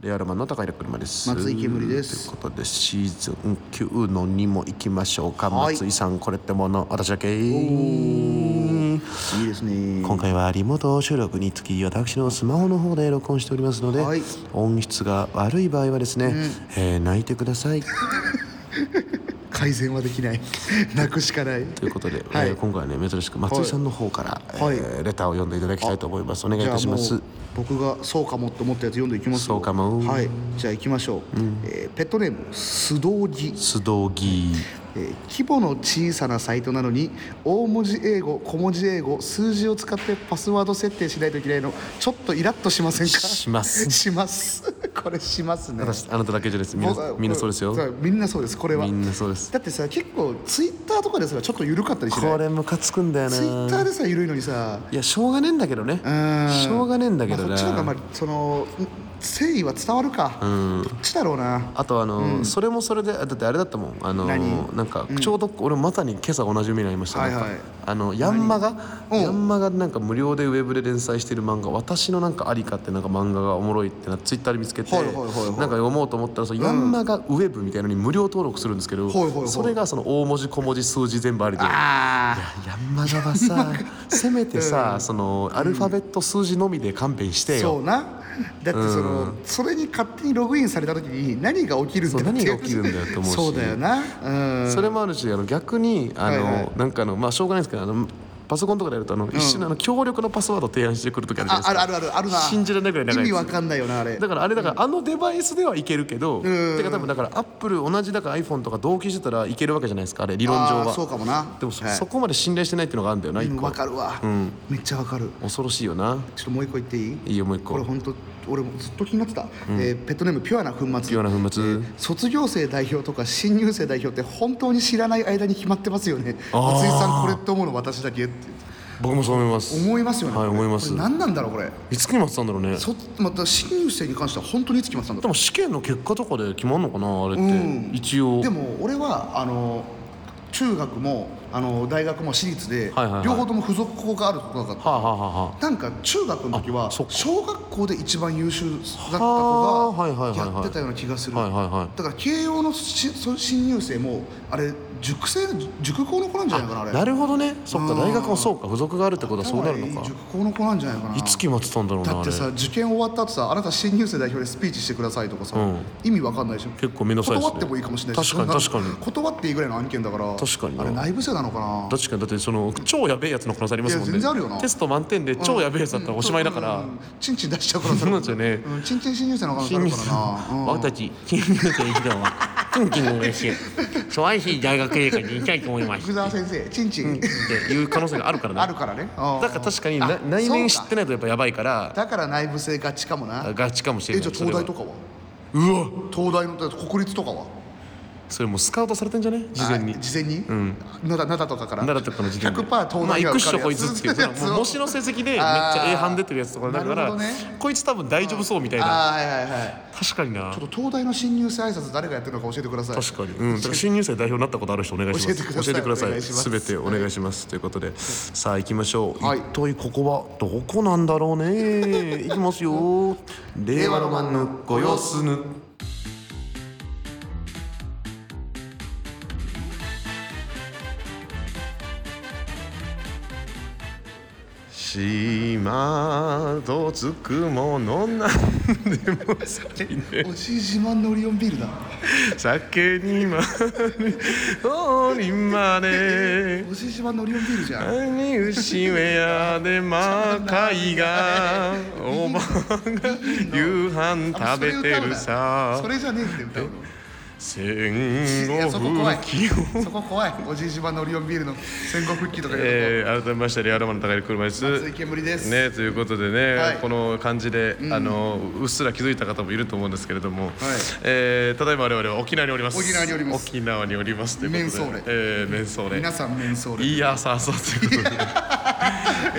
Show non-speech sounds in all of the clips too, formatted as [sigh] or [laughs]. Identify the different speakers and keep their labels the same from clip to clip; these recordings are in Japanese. Speaker 1: レアルマンの高平車です
Speaker 2: 松井煙です
Speaker 1: ということでシーズン9の2も行きましょうか、
Speaker 2: はい
Speaker 1: 松井さんこれってもの私だけ
Speaker 2: いいですね
Speaker 1: 今回はリモート収録につき私のスマホの方で録音しておりますので、
Speaker 2: はい
Speaker 1: 音質が悪い場合はですね、えー泣いてください
Speaker 2: 改善はで
Speaker 1: [laughs]
Speaker 2: きないなくしかない
Speaker 1: ということで、
Speaker 2: [laughs] はい
Speaker 1: えー今回はね珍しく松井さんの方から、
Speaker 2: はい
Speaker 1: えーレターを読んでいただきたいと思いますお願いい
Speaker 2: じゃ
Speaker 1: た
Speaker 2: あ
Speaker 1: し
Speaker 2: も
Speaker 1: ま
Speaker 2: う
Speaker 1: す
Speaker 2: 僕がそうかもって思ったやつ読んでいきますよ
Speaker 1: そうかも
Speaker 2: はいじゃあ行きましょう、えーペットネーム須藤木
Speaker 1: 須藤
Speaker 2: [laughs]
Speaker 1: 義
Speaker 2: えー規模の小さなサイトなのに大文字英語小文字英語数字を使ってパスワード設定しないといけないのちょっとイラッとしませんか
Speaker 1: します
Speaker 2: します [laughs] これしますね
Speaker 1: 私あなただけじゃないですみんな
Speaker 2: 僕
Speaker 1: みんなそうですよ
Speaker 2: うみんなそうですこれは
Speaker 1: みんなそうです
Speaker 2: だってさ結構ツイッターとかですらちょっと緩かったりしな
Speaker 1: こ
Speaker 2: い
Speaker 1: れムカつくんだよな
Speaker 2: ツイッターでさ緩いのにさ
Speaker 1: いやしょうがねえんだけどね
Speaker 2: うん
Speaker 1: しょうがねえんだけど
Speaker 2: まあ、そっちの方がまあ
Speaker 1: な
Speaker 2: そのん誠意は伝わるか、どっちだろうな
Speaker 1: あとあのそれもそれであだってあれだったもんあの
Speaker 2: 何
Speaker 1: なんかちょうど俺まさに今朝同じ目にありました
Speaker 2: は
Speaker 1: ないん
Speaker 2: はい
Speaker 1: かあのヤンマが
Speaker 2: うん
Speaker 1: ヤンマがなんか無料でウェブで連載してる漫画「私のなんかありか」ってなんか漫画がおもろいってなツイッターで見つけて
Speaker 2: はい
Speaker 1: な
Speaker 2: はい
Speaker 1: ん
Speaker 2: はい
Speaker 1: か
Speaker 2: はい
Speaker 1: 読もうと思ったらそのヤンマがウェブみたいのに無料登録するんですけど
Speaker 2: はいはいはい
Speaker 1: それがその大文字小文字数字全部ありで
Speaker 2: あ
Speaker 1: ヤンマガはさせめて
Speaker 2: [laughs]
Speaker 1: さ、そのアルファベット数字のみで勘弁して
Speaker 2: あそ
Speaker 1: よ
Speaker 2: うなだってその、それに勝手にログインされた時に何が起きるんだ
Speaker 1: そう
Speaker 2: ってい
Speaker 1: 何が起きるんだよって思うし
Speaker 2: そうだよなうん
Speaker 1: それもあるしあの逆にあの、
Speaker 2: はいはい
Speaker 1: なんかあのまあしょうがないですけどあのパソコンとかでやるとあの、一瞬あの強力なパスワード提案してくる時あるじゃな
Speaker 2: あ
Speaker 1: いですか
Speaker 2: あるあるあるあるな
Speaker 1: 信じられないぐらい長い
Speaker 2: 意
Speaker 1: やつ
Speaker 2: 味わかんないよなあれ
Speaker 1: だからあれだから、あのデバイスではいけるけど、てか多分だからアップル同じだから iPhone とか同期してたらいけるわけじゃないですかあれ理論上
Speaker 2: あー
Speaker 1: は
Speaker 2: そうかもな
Speaker 1: でもそ,、
Speaker 2: はい
Speaker 1: こまで信頼してないっていうのがあるんだよな
Speaker 2: う
Speaker 1: 一
Speaker 2: ん
Speaker 1: 個
Speaker 2: わかるわ、めっちゃわかる
Speaker 1: 恐ろしいよな
Speaker 2: ちょっともう一個言っていい
Speaker 1: いいよもう一個
Speaker 2: これ本当俺もずっと気になってた、えーペットネームピュアな粉末
Speaker 1: ピュアな粉末
Speaker 2: 卒業生代表とか新入生代表って本当に知らない間に決まってますよね
Speaker 1: あー
Speaker 2: 松井さんこれって思うの私だけって
Speaker 1: 僕もそう思います
Speaker 2: 思いますよね
Speaker 1: はい
Speaker 2: これ
Speaker 1: 思います
Speaker 2: これ何なんだろうこれ
Speaker 1: いつ決まってたんだろうね
Speaker 2: そまた新入生に関しては本当にいつ決まってたんだ
Speaker 1: で
Speaker 2: ろ
Speaker 1: も試験の結果とかで決まるのかなあれって、
Speaker 2: うん
Speaker 1: 一応
Speaker 2: うでも俺はあの中学もあの大学も私立で、
Speaker 1: はいはいはい
Speaker 2: 両方とも付属校があるとこなかった
Speaker 1: はあ、はあはあは
Speaker 2: なんか中学の時は
Speaker 1: あそっか
Speaker 2: 小学校で一番優秀だった
Speaker 1: はあ
Speaker 2: 子
Speaker 1: はいはい
Speaker 2: が
Speaker 1: はいはい
Speaker 2: やってたような気がする
Speaker 1: はいはいは
Speaker 2: だから慶応のしそ新入生もあれ塾生塾高の子なんじゃないかなあ
Speaker 1: あ
Speaker 2: れ
Speaker 1: なるほどねそっか
Speaker 2: うん
Speaker 1: 大学もそうか付属があるってことはそうなるのか
Speaker 2: 塾高の子なんじゃないかない
Speaker 1: いつ決まってたんだろうな
Speaker 2: だ
Speaker 1: あ
Speaker 2: っ
Speaker 1: れ
Speaker 2: てさ
Speaker 1: 結
Speaker 2: 受験終わった後さあなた新入生代表でスピーチしてくださいとかさ、
Speaker 1: ん
Speaker 2: 意味わかんないでしょ
Speaker 1: 構めんどくさいです
Speaker 2: 断
Speaker 1: ね
Speaker 2: ってもいいかもしれないし
Speaker 1: 確かに
Speaker 2: そんな
Speaker 1: 確か
Speaker 2: 断っていいぐらいの案件だから
Speaker 1: 確かにな
Speaker 2: あれ内部生なのかな
Speaker 1: 確かにだってその超やべえやつの可能性ありますもんね
Speaker 2: いや全然あるよな
Speaker 1: テスト満点で超やべえやつだったらおしまいだから、
Speaker 2: うんうんチンチン出しちゃうから
Speaker 1: そうなんですよね
Speaker 2: うんチンチン新入生の可能性あるからな、うん
Speaker 3: 僕たち新入生一同は運気の嬉しい素晴らしい大学映画に行きたいと思います
Speaker 2: 福沢先生チンチン
Speaker 1: っていう可能性があるから
Speaker 2: あ
Speaker 1: ね
Speaker 2: るからねあー
Speaker 1: だから確かに
Speaker 2: あ
Speaker 1: な内面知
Speaker 2: そ
Speaker 1: っ
Speaker 2: うか
Speaker 1: てないとやっぱやばいから
Speaker 2: だから内部生ガチかもな
Speaker 1: ガチかもしれ
Speaker 2: え
Speaker 1: ない
Speaker 2: じゃあ東大と
Speaker 1: か
Speaker 2: かは
Speaker 1: うわ
Speaker 2: 東大のだって国立とかは
Speaker 1: それもうスカウトされてんじゃね事前に
Speaker 2: あ事前になだなだとかから
Speaker 1: ならとかの時点で
Speaker 2: 100%東大
Speaker 1: まあ
Speaker 2: に
Speaker 1: 行
Speaker 2: は
Speaker 1: くっ
Speaker 2: 受
Speaker 1: し
Speaker 2: か
Speaker 1: ょ
Speaker 2: る
Speaker 1: こい
Speaker 2: やつ
Speaker 1: つ
Speaker 2: [laughs]
Speaker 1: っていうそれはもう模試の成績でめっちゃ A 班出てるやつとかだか
Speaker 2: なる
Speaker 1: ら、
Speaker 2: ほどね
Speaker 1: こいつ多分大丈夫そうみたいな
Speaker 2: あーはいはいはい
Speaker 1: 確かにな
Speaker 2: ちょっと東大の新入生挨拶誰がやってるのか教えてください
Speaker 1: 確かに、うん、だから新入生代表になったことある人お願いします
Speaker 2: 教えてくださいお願いします
Speaker 1: すべてお願いします、ということでさあ行きましょう、
Speaker 2: はい
Speaker 1: 一体ここはどこなんだろうね行きますよ令和ロマンのご様子ぬ島とつくものなんでも先ね
Speaker 2: おじい自慢のオリオンビールだ
Speaker 1: 酒にまるりまで
Speaker 2: おじい自慢のオリオンビールじゃん
Speaker 1: 何牛めやで魔界がおばが夕飯
Speaker 2: あ
Speaker 1: 食べてるさ
Speaker 2: それ歌うなよそれじゃねえって歌うの
Speaker 1: 戦
Speaker 2: いや
Speaker 1: 後
Speaker 2: そこ怖い
Speaker 1: 復帰を
Speaker 2: そこ怖いおじい自慢のオリオンビールの戦後復帰とかいう
Speaker 1: えー改めましてレアルマンの高い車で
Speaker 2: とこ
Speaker 1: す
Speaker 2: 熱い煙です
Speaker 1: ねということでね、
Speaker 2: はい
Speaker 1: この感じで、あのうっすら気づいた方もいると思うんですけれども、えーただいま我々は沖縄におります
Speaker 2: 沖縄におります
Speaker 1: 沖縄におりますということで
Speaker 2: メンソーレ
Speaker 1: えーメンソーレ
Speaker 2: 皆さんメンソール
Speaker 1: いいやさあさあということで。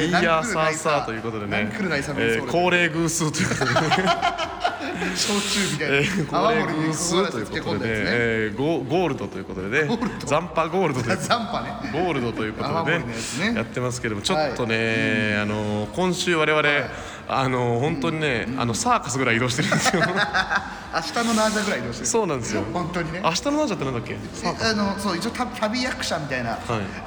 Speaker 1: いいやさあさあということでね
Speaker 2: 何来るないさ。何来るないさ
Speaker 1: えー
Speaker 2: [laughs]
Speaker 1: 恒例偶数ということで。
Speaker 2: 焼酎みた
Speaker 1: え
Speaker 2: い
Speaker 1: ー
Speaker 2: な
Speaker 1: こ
Speaker 2: 泡
Speaker 1: れ
Speaker 2: 盛に
Speaker 1: 偶
Speaker 2: ココ
Speaker 1: 数
Speaker 2: ナ
Speaker 1: と
Speaker 2: ツ
Speaker 1: いう
Speaker 2: 漬け
Speaker 1: こ
Speaker 2: 込
Speaker 1: と
Speaker 2: んだ
Speaker 1: で
Speaker 2: や
Speaker 1: ね、
Speaker 2: つね
Speaker 1: えーゴゴールドということでね
Speaker 2: ゴールド
Speaker 1: 残波ゴールドということで
Speaker 2: 残波ね
Speaker 1: ゴールドということ
Speaker 2: 泡
Speaker 1: で
Speaker 2: 盛
Speaker 1: ね
Speaker 2: のやつね
Speaker 1: やってますけどもちょっとね、あの今週我々、あの本当にね、あのサーカスぐらい移動してるん
Speaker 2: [laughs]
Speaker 1: ですよ
Speaker 2: 明日のナージャぐらいどうしてる
Speaker 1: そうなんですよ
Speaker 2: 本当にね
Speaker 1: 明日のナージャってなんだっけ
Speaker 2: えあのそう一応旅旅役者みたいな、
Speaker 1: い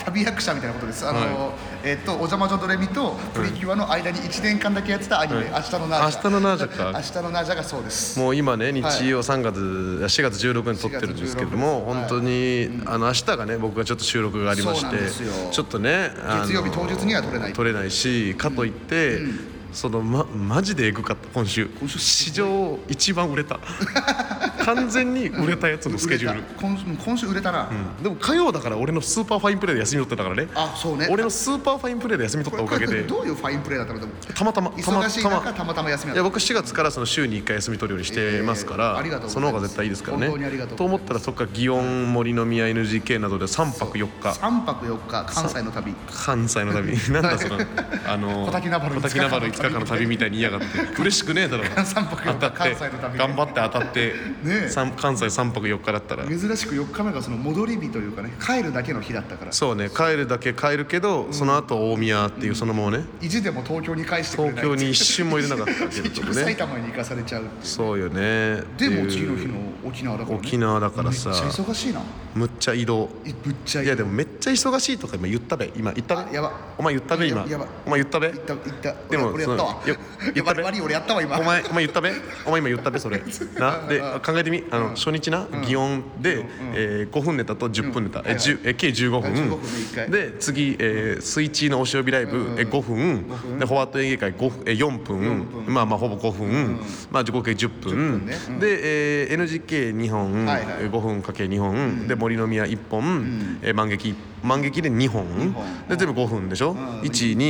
Speaker 2: 旅役者みたいなことですあの、
Speaker 1: は
Speaker 2: えっとお邪魔女ドレミとプリキュアの間に1年間だけやってたアニメ、明日のナージャ
Speaker 1: 明日のナージャか
Speaker 2: 明日のナージャがそうです
Speaker 1: もう今ね日曜3月、4月16日に撮ってるんですけども
Speaker 2: 4
Speaker 1: 本
Speaker 2: 月16
Speaker 1: 当に、あの明日がね僕がちょっと収録がありま
Speaker 2: そう
Speaker 1: し
Speaker 2: なんですよ
Speaker 1: てちょっとねあの
Speaker 2: 月曜日当日には撮れない
Speaker 1: 撮れないしかといって、そのまマジでエグかった今週史上一番売れ
Speaker 2: [laughs]
Speaker 1: た完全に売れたやつのスケジュール
Speaker 2: 売れた今週今週売れたな、
Speaker 1: でも火曜だから俺のスーパーファインプレーで休み取ってたからね
Speaker 2: あそうね
Speaker 1: 俺のスーパーファインプレーで休み取ったおかげ
Speaker 2: これ
Speaker 1: で
Speaker 2: どういうファインプレーだったのでも
Speaker 1: たまたまたま
Speaker 2: 忙しい
Speaker 1: た
Speaker 2: 中
Speaker 1: ま
Speaker 2: たまたま休み
Speaker 1: い
Speaker 2: だ
Speaker 1: や
Speaker 2: っ
Speaker 1: 僕4月からその週に1回休み取るようにしてますか
Speaker 2: ええあ
Speaker 1: ら、
Speaker 2: りがとうござ
Speaker 1: そ
Speaker 2: いま
Speaker 1: の
Speaker 2: す
Speaker 1: 方が絶対いいですからね
Speaker 2: 本当にありがとうござい
Speaker 1: 思
Speaker 2: ま
Speaker 1: っ
Speaker 2: す
Speaker 1: たらそっか祇園森の宮 NGK などで3泊4
Speaker 2: た
Speaker 1: 日
Speaker 2: 3泊4日関西の旅
Speaker 1: 関西の旅
Speaker 2: [laughs]
Speaker 1: なんだそのあの
Speaker 2: 小滝名原の
Speaker 1: 小滝名原5日間の旅みたいに言いやがって嬉しくねえだろ
Speaker 2: 三泊四日
Speaker 1: 当たって
Speaker 2: [laughs] 関西の旅
Speaker 1: 頑張って当たって、
Speaker 2: ねえ
Speaker 1: 三関西3泊4日だったら
Speaker 2: 珍しく4日目がその戻り日というかね帰るだけの日だったから
Speaker 1: そうね帰るだけ帰るけど、その後大宮っていうそのもうね、
Speaker 2: 意地でも東京に返してくれない
Speaker 1: 東京に一瞬も入れなかったけれ
Speaker 2: 結
Speaker 1: ども
Speaker 2: 局 [laughs] 埼
Speaker 1: ね
Speaker 2: 玉に行かされちゃうっていう
Speaker 1: そうよね
Speaker 2: で
Speaker 1: ってい
Speaker 2: も
Speaker 1: う
Speaker 2: 次の日の沖縄だから、ね、
Speaker 1: 沖縄だからさ
Speaker 2: めっちゃ忙しいな
Speaker 1: むっちゃ移動
Speaker 2: いぶっちゃ
Speaker 1: いやでもめっちゃ忙しいとか今言ったべ今言った
Speaker 2: あ
Speaker 1: べ
Speaker 2: やば
Speaker 1: お前言ったべ今
Speaker 2: ややば
Speaker 1: お前言ったべ
Speaker 2: 行った行った
Speaker 1: でも
Speaker 2: 俺やったわ
Speaker 1: そのよ言ったべ
Speaker 2: 悪い俺やったわ今
Speaker 1: お前お前言ったべお前今言ったべそ
Speaker 2: [laughs]
Speaker 1: れなで考えてみあの初日な祇園でえー5分ネタと10分ネタ
Speaker 2: うん
Speaker 1: えーじゅえー計15
Speaker 2: あ15分で一
Speaker 1: 分
Speaker 2: 回
Speaker 1: で次えースイッチのおしおびライブえー5分でホワット演芸会5えー4分まあまあほぼ5分まあ合計10分
Speaker 2: ね
Speaker 1: でえー NGK2 本
Speaker 2: はいはい
Speaker 1: 5分かけ2本、で森の宮1本、えー満劇満劇で2本で全部5分でしょ、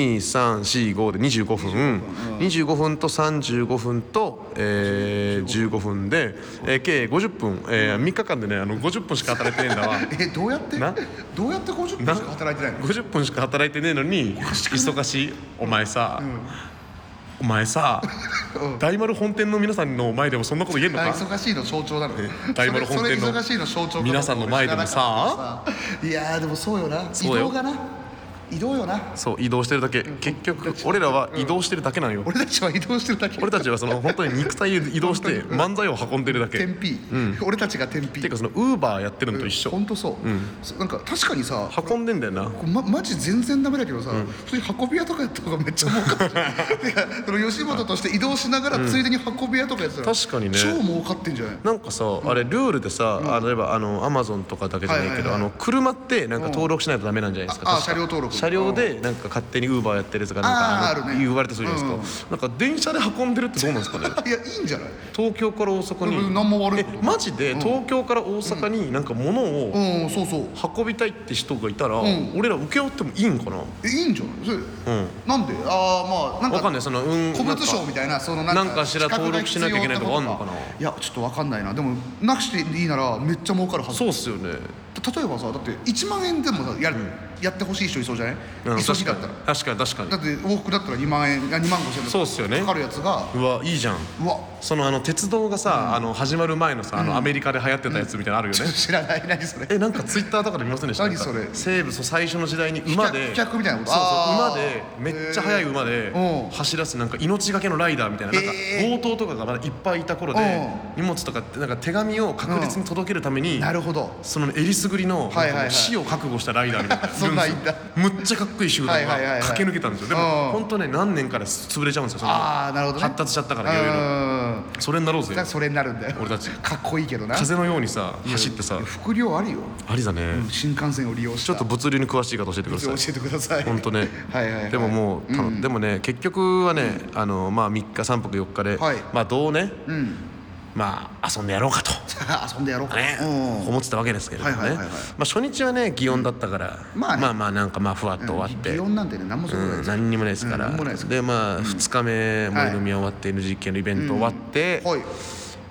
Speaker 1: 12345で25分 ,25 分,、と35分と、えー、15分で、えー計50分、え3日間でねあの50分しか働いてねえんだ [laughs] わ
Speaker 2: えどうやって
Speaker 1: な
Speaker 2: どうやって50分しか働いてないの
Speaker 1: 50分しか働いてねえのに忙しいお前さ、お前さ
Speaker 2: うん
Speaker 1: 大丸本店の皆さんの前でもそんなこと言えんの
Speaker 2: あ
Speaker 1: か
Speaker 2: 忙しいの象徴なの
Speaker 1: 大丸本店の
Speaker 2: それそれ忙しいの象徴か
Speaker 1: 皆さんの前でもさ
Speaker 2: いやーでもそうよな
Speaker 1: そうよ
Speaker 2: 移動がな移動よな
Speaker 1: そう移動してるだけ結局俺らは移動してるだけなんよ、
Speaker 2: 俺たちは移動してるだけ
Speaker 1: 俺たちはその本当に肉体
Speaker 2: [laughs]
Speaker 1: 移動して漫才を運んでるだけ
Speaker 2: 天日、俺たちが天日
Speaker 1: ていうかそのウーバーやってるのと一緒
Speaker 2: ほんとそう、そなんか確かにさ
Speaker 1: 運んでんだよな
Speaker 2: こうま、マジ全然ダメだけどさ、普通に運び屋とかやった方がめっちゃ儲かってる
Speaker 1: [laughs]
Speaker 2: てかその吉本として移動しながらついでに運び屋とかやってたら、
Speaker 1: 確かにね
Speaker 2: 超儲かってんじゃない
Speaker 1: なんかさあれルールでさあ例えばあのアマゾンとかだけじゃないけど
Speaker 2: はいはいはい
Speaker 1: あの車ってなんか登録しないとダメなんじゃないですか
Speaker 2: あ
Speaker 1: 確か
Speaker 2: あ車両登録
Speaker 1: 車両でなんか勝手にウーバーやってるやつが
Speaker 2: あ
Speaker 1: な
Speaker 2: あ
Speaker 1: んかあ
Speaker 2: あ
Speaker 1: の
Speaker 2: るね
Speaker 1: 言われてするじゃないですかなんか電車で運んでるってどうなんです
Speaker 2: [laughs]
Speaker 1: かね
Speaker 2: いやいいんじゃない
Speaker 1: 東京から大阪
Speaker 2: う
Speaker 1: に
Speaker 2: ん何も悪い
Speaker 1: え
Speaker 2: ことない
Speaker 1: マジで東京から大阪になんか物を
Speaker 2: うんそうそう
Speaker 1: 運びたいって人がいたら、
Speaker 2: ん
Speaker 1: 俺ら請け負ってもいいんかな
Speaker 2: えいいんじゃないそれ、
Speaker 1: ん
Speaker 2: なんでああまあなんか
Speaker 1: わかんないそのうん
Speaker 2: 古物商みたいなそのなんか
Speaker 1: なんかしら登録しなきゃいけないとかあんのかな
Speaker 2: 資格が必要ってこといやちょっとわかんないなでもなくしていいならめっちゃ儲かるはず
Speaker 1: そうっすよね
Speaker 2: 例えばさだって1万円でもさや,、やってほしい人いそうじゃない
Speaker 1: うん
Speaker 2: 忙し
Speaker 1: 確
Speaker 2: いだ
Speaker 1: か
Speaker 2: っ
Speaker 1: に
Speaker 2: たら
Speaker 1: 確かに確かに
Speaker 2: だって往復だったら2万円いや2万5千円とか
Speaker 1: そうっすよね
Speaker 2: かかるやつが
Speaker 1: うわいいじゃん
Speaker 2: うわ
Speaker 1: そのあの鉄道がさ、あの始まる前のさあのアメリカで流行ってたやつみたいなのあるよね、
Speaker 2: 知らない何それ
Speaker 1: えなんかツイッターとかで見ませんでした
Speaker 2: 何それ
Speaker 1: なんか西武そう最初の時代に馬で
Speaker 2: 飛脚みたいなこと
Speaker 1: そう
Speaker 2: あ
Speaker 1: そう
Speaker 2: ー
Speaker 1: 馬でめっちゃ速い馬で
Speaker 2: うん
Speaker 1: 走らすなんか命がけのライダーみたいななんか
Speaker 2: へー
Speaker 1: 強盗とかがまだいっぱいいた頃で荷物とかってなんか手紙を確実に届けるために
Speaker 2: なるほど
Speaker 1: そのえりすぐりの
Speaker 2: はいはいはい
Speaker 1: なんか死を覚悟したライダーみたいな
Speaker 2: [laughs] そんなんいた
Speaker 1: むっちゃかっこいい集団
Speaker 2: はいはいはいは
Speaker 1: が
Speaker 2: い
Speaker 1: 駆け抜けたんですよでも
Speaker 2: うん
Speaker 1: 本当ね何年かで潰れちゃうんですよその
Speaker 2: ああなるほどね
Speaker 1: 発達しちゃったからいろいろ
Speaker 2: うん
Speaker 1: それになろうぜ
Speaker 2: だからそれになるんだよ
Speaker 1: 俺たち
Speaker 2: かっこいいけどな
Speaker 1: 風のようにさ走ってさ
Speaker 2: 副料あるよ
Speaker 1: ありだね
Speaker 2: 新幹線を利用し
Speaker 1: ちょっ
Speaker 2: た
Speaker 1: と物流に詳しい方教えてくださ
Speaker 2: 教
Speaker 1: い
Speaker 2: えてください
Speaker 1: 本当ね
Speaker 2: はいはいはい
Speaker 1: でももう、たのでもね結局はね、あのまあ3日3泊4日で、
Speaker 2: はい
Speaker 1: まあどうね、まあ遊んでやろうかと。
Speaker 2: [laughs] 遊んでやろうか
Speaker 1: ね
Speaker 2: うん
Speaker 1: 思ってたわけですけれどもね、
Speaker 2: はいはいはいはい
Speaker 1: まあ初日はね祇園だったから、
Speaker 2: まあね
Speaker 1: まあまあなんかまあふわっと終わって、
Speaker 2: 祇園なんてね何もそう
Speaker 1: うん
Speaker 2: ない
Speaker 1: 何にもないですから、
Speaker 2: うん何もないですか
Speaker 1: でまあ2日目森の宮終わって NGK のイベント終わって、
Speaker 2: はい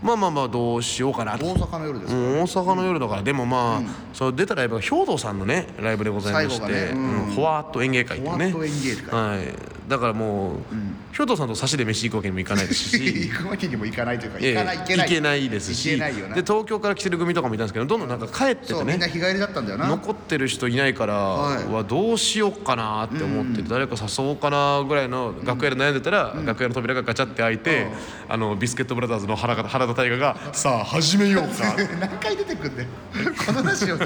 Speaker 1: まあまあまあどうしようかなと
Speaker 2: 大阪の夜です
Speaker 1: もう大阪の夜だから、でもまあ、その出たライブが兵藤さんのねライブでございまして、
Speaker 2: 最後がね
Speaker 1: うんホワート演芸会っていうね
Speaker 2: ホワット演芸会
Speaker 1: はいだからもう、ひょとさんと差しで飯行くわけにもいかないですし
Speaker 2: 行くわけにもいかないというか
Speaker 1: ええ
Speaker 2: [laughs] 行かない行けない
Speaker 1: ですし
Speaker 2: 行けないよな
Speaker 1: で東京から来てる組とかもいたんですけどどんどんなんか帰って
Speaker 2: そ
Speaker 1: て
Speaker 2: うみんな
Speaker 1: ね
Speaker 2: 日帰りだったんだよな
Speaker 1: 残ってる人いないから
Speaker 2: はい
Speaker 1: はどうしようかなって思ってて誰か誘おうかなぐらいの楽屋で悩んでたら楽屋の扉がガチャって開いてあのビスケットブラザーズの原が原田大我が「さあ始めようか」って
Speaker 2: [laughs] 何回出てくんだよこのラジオに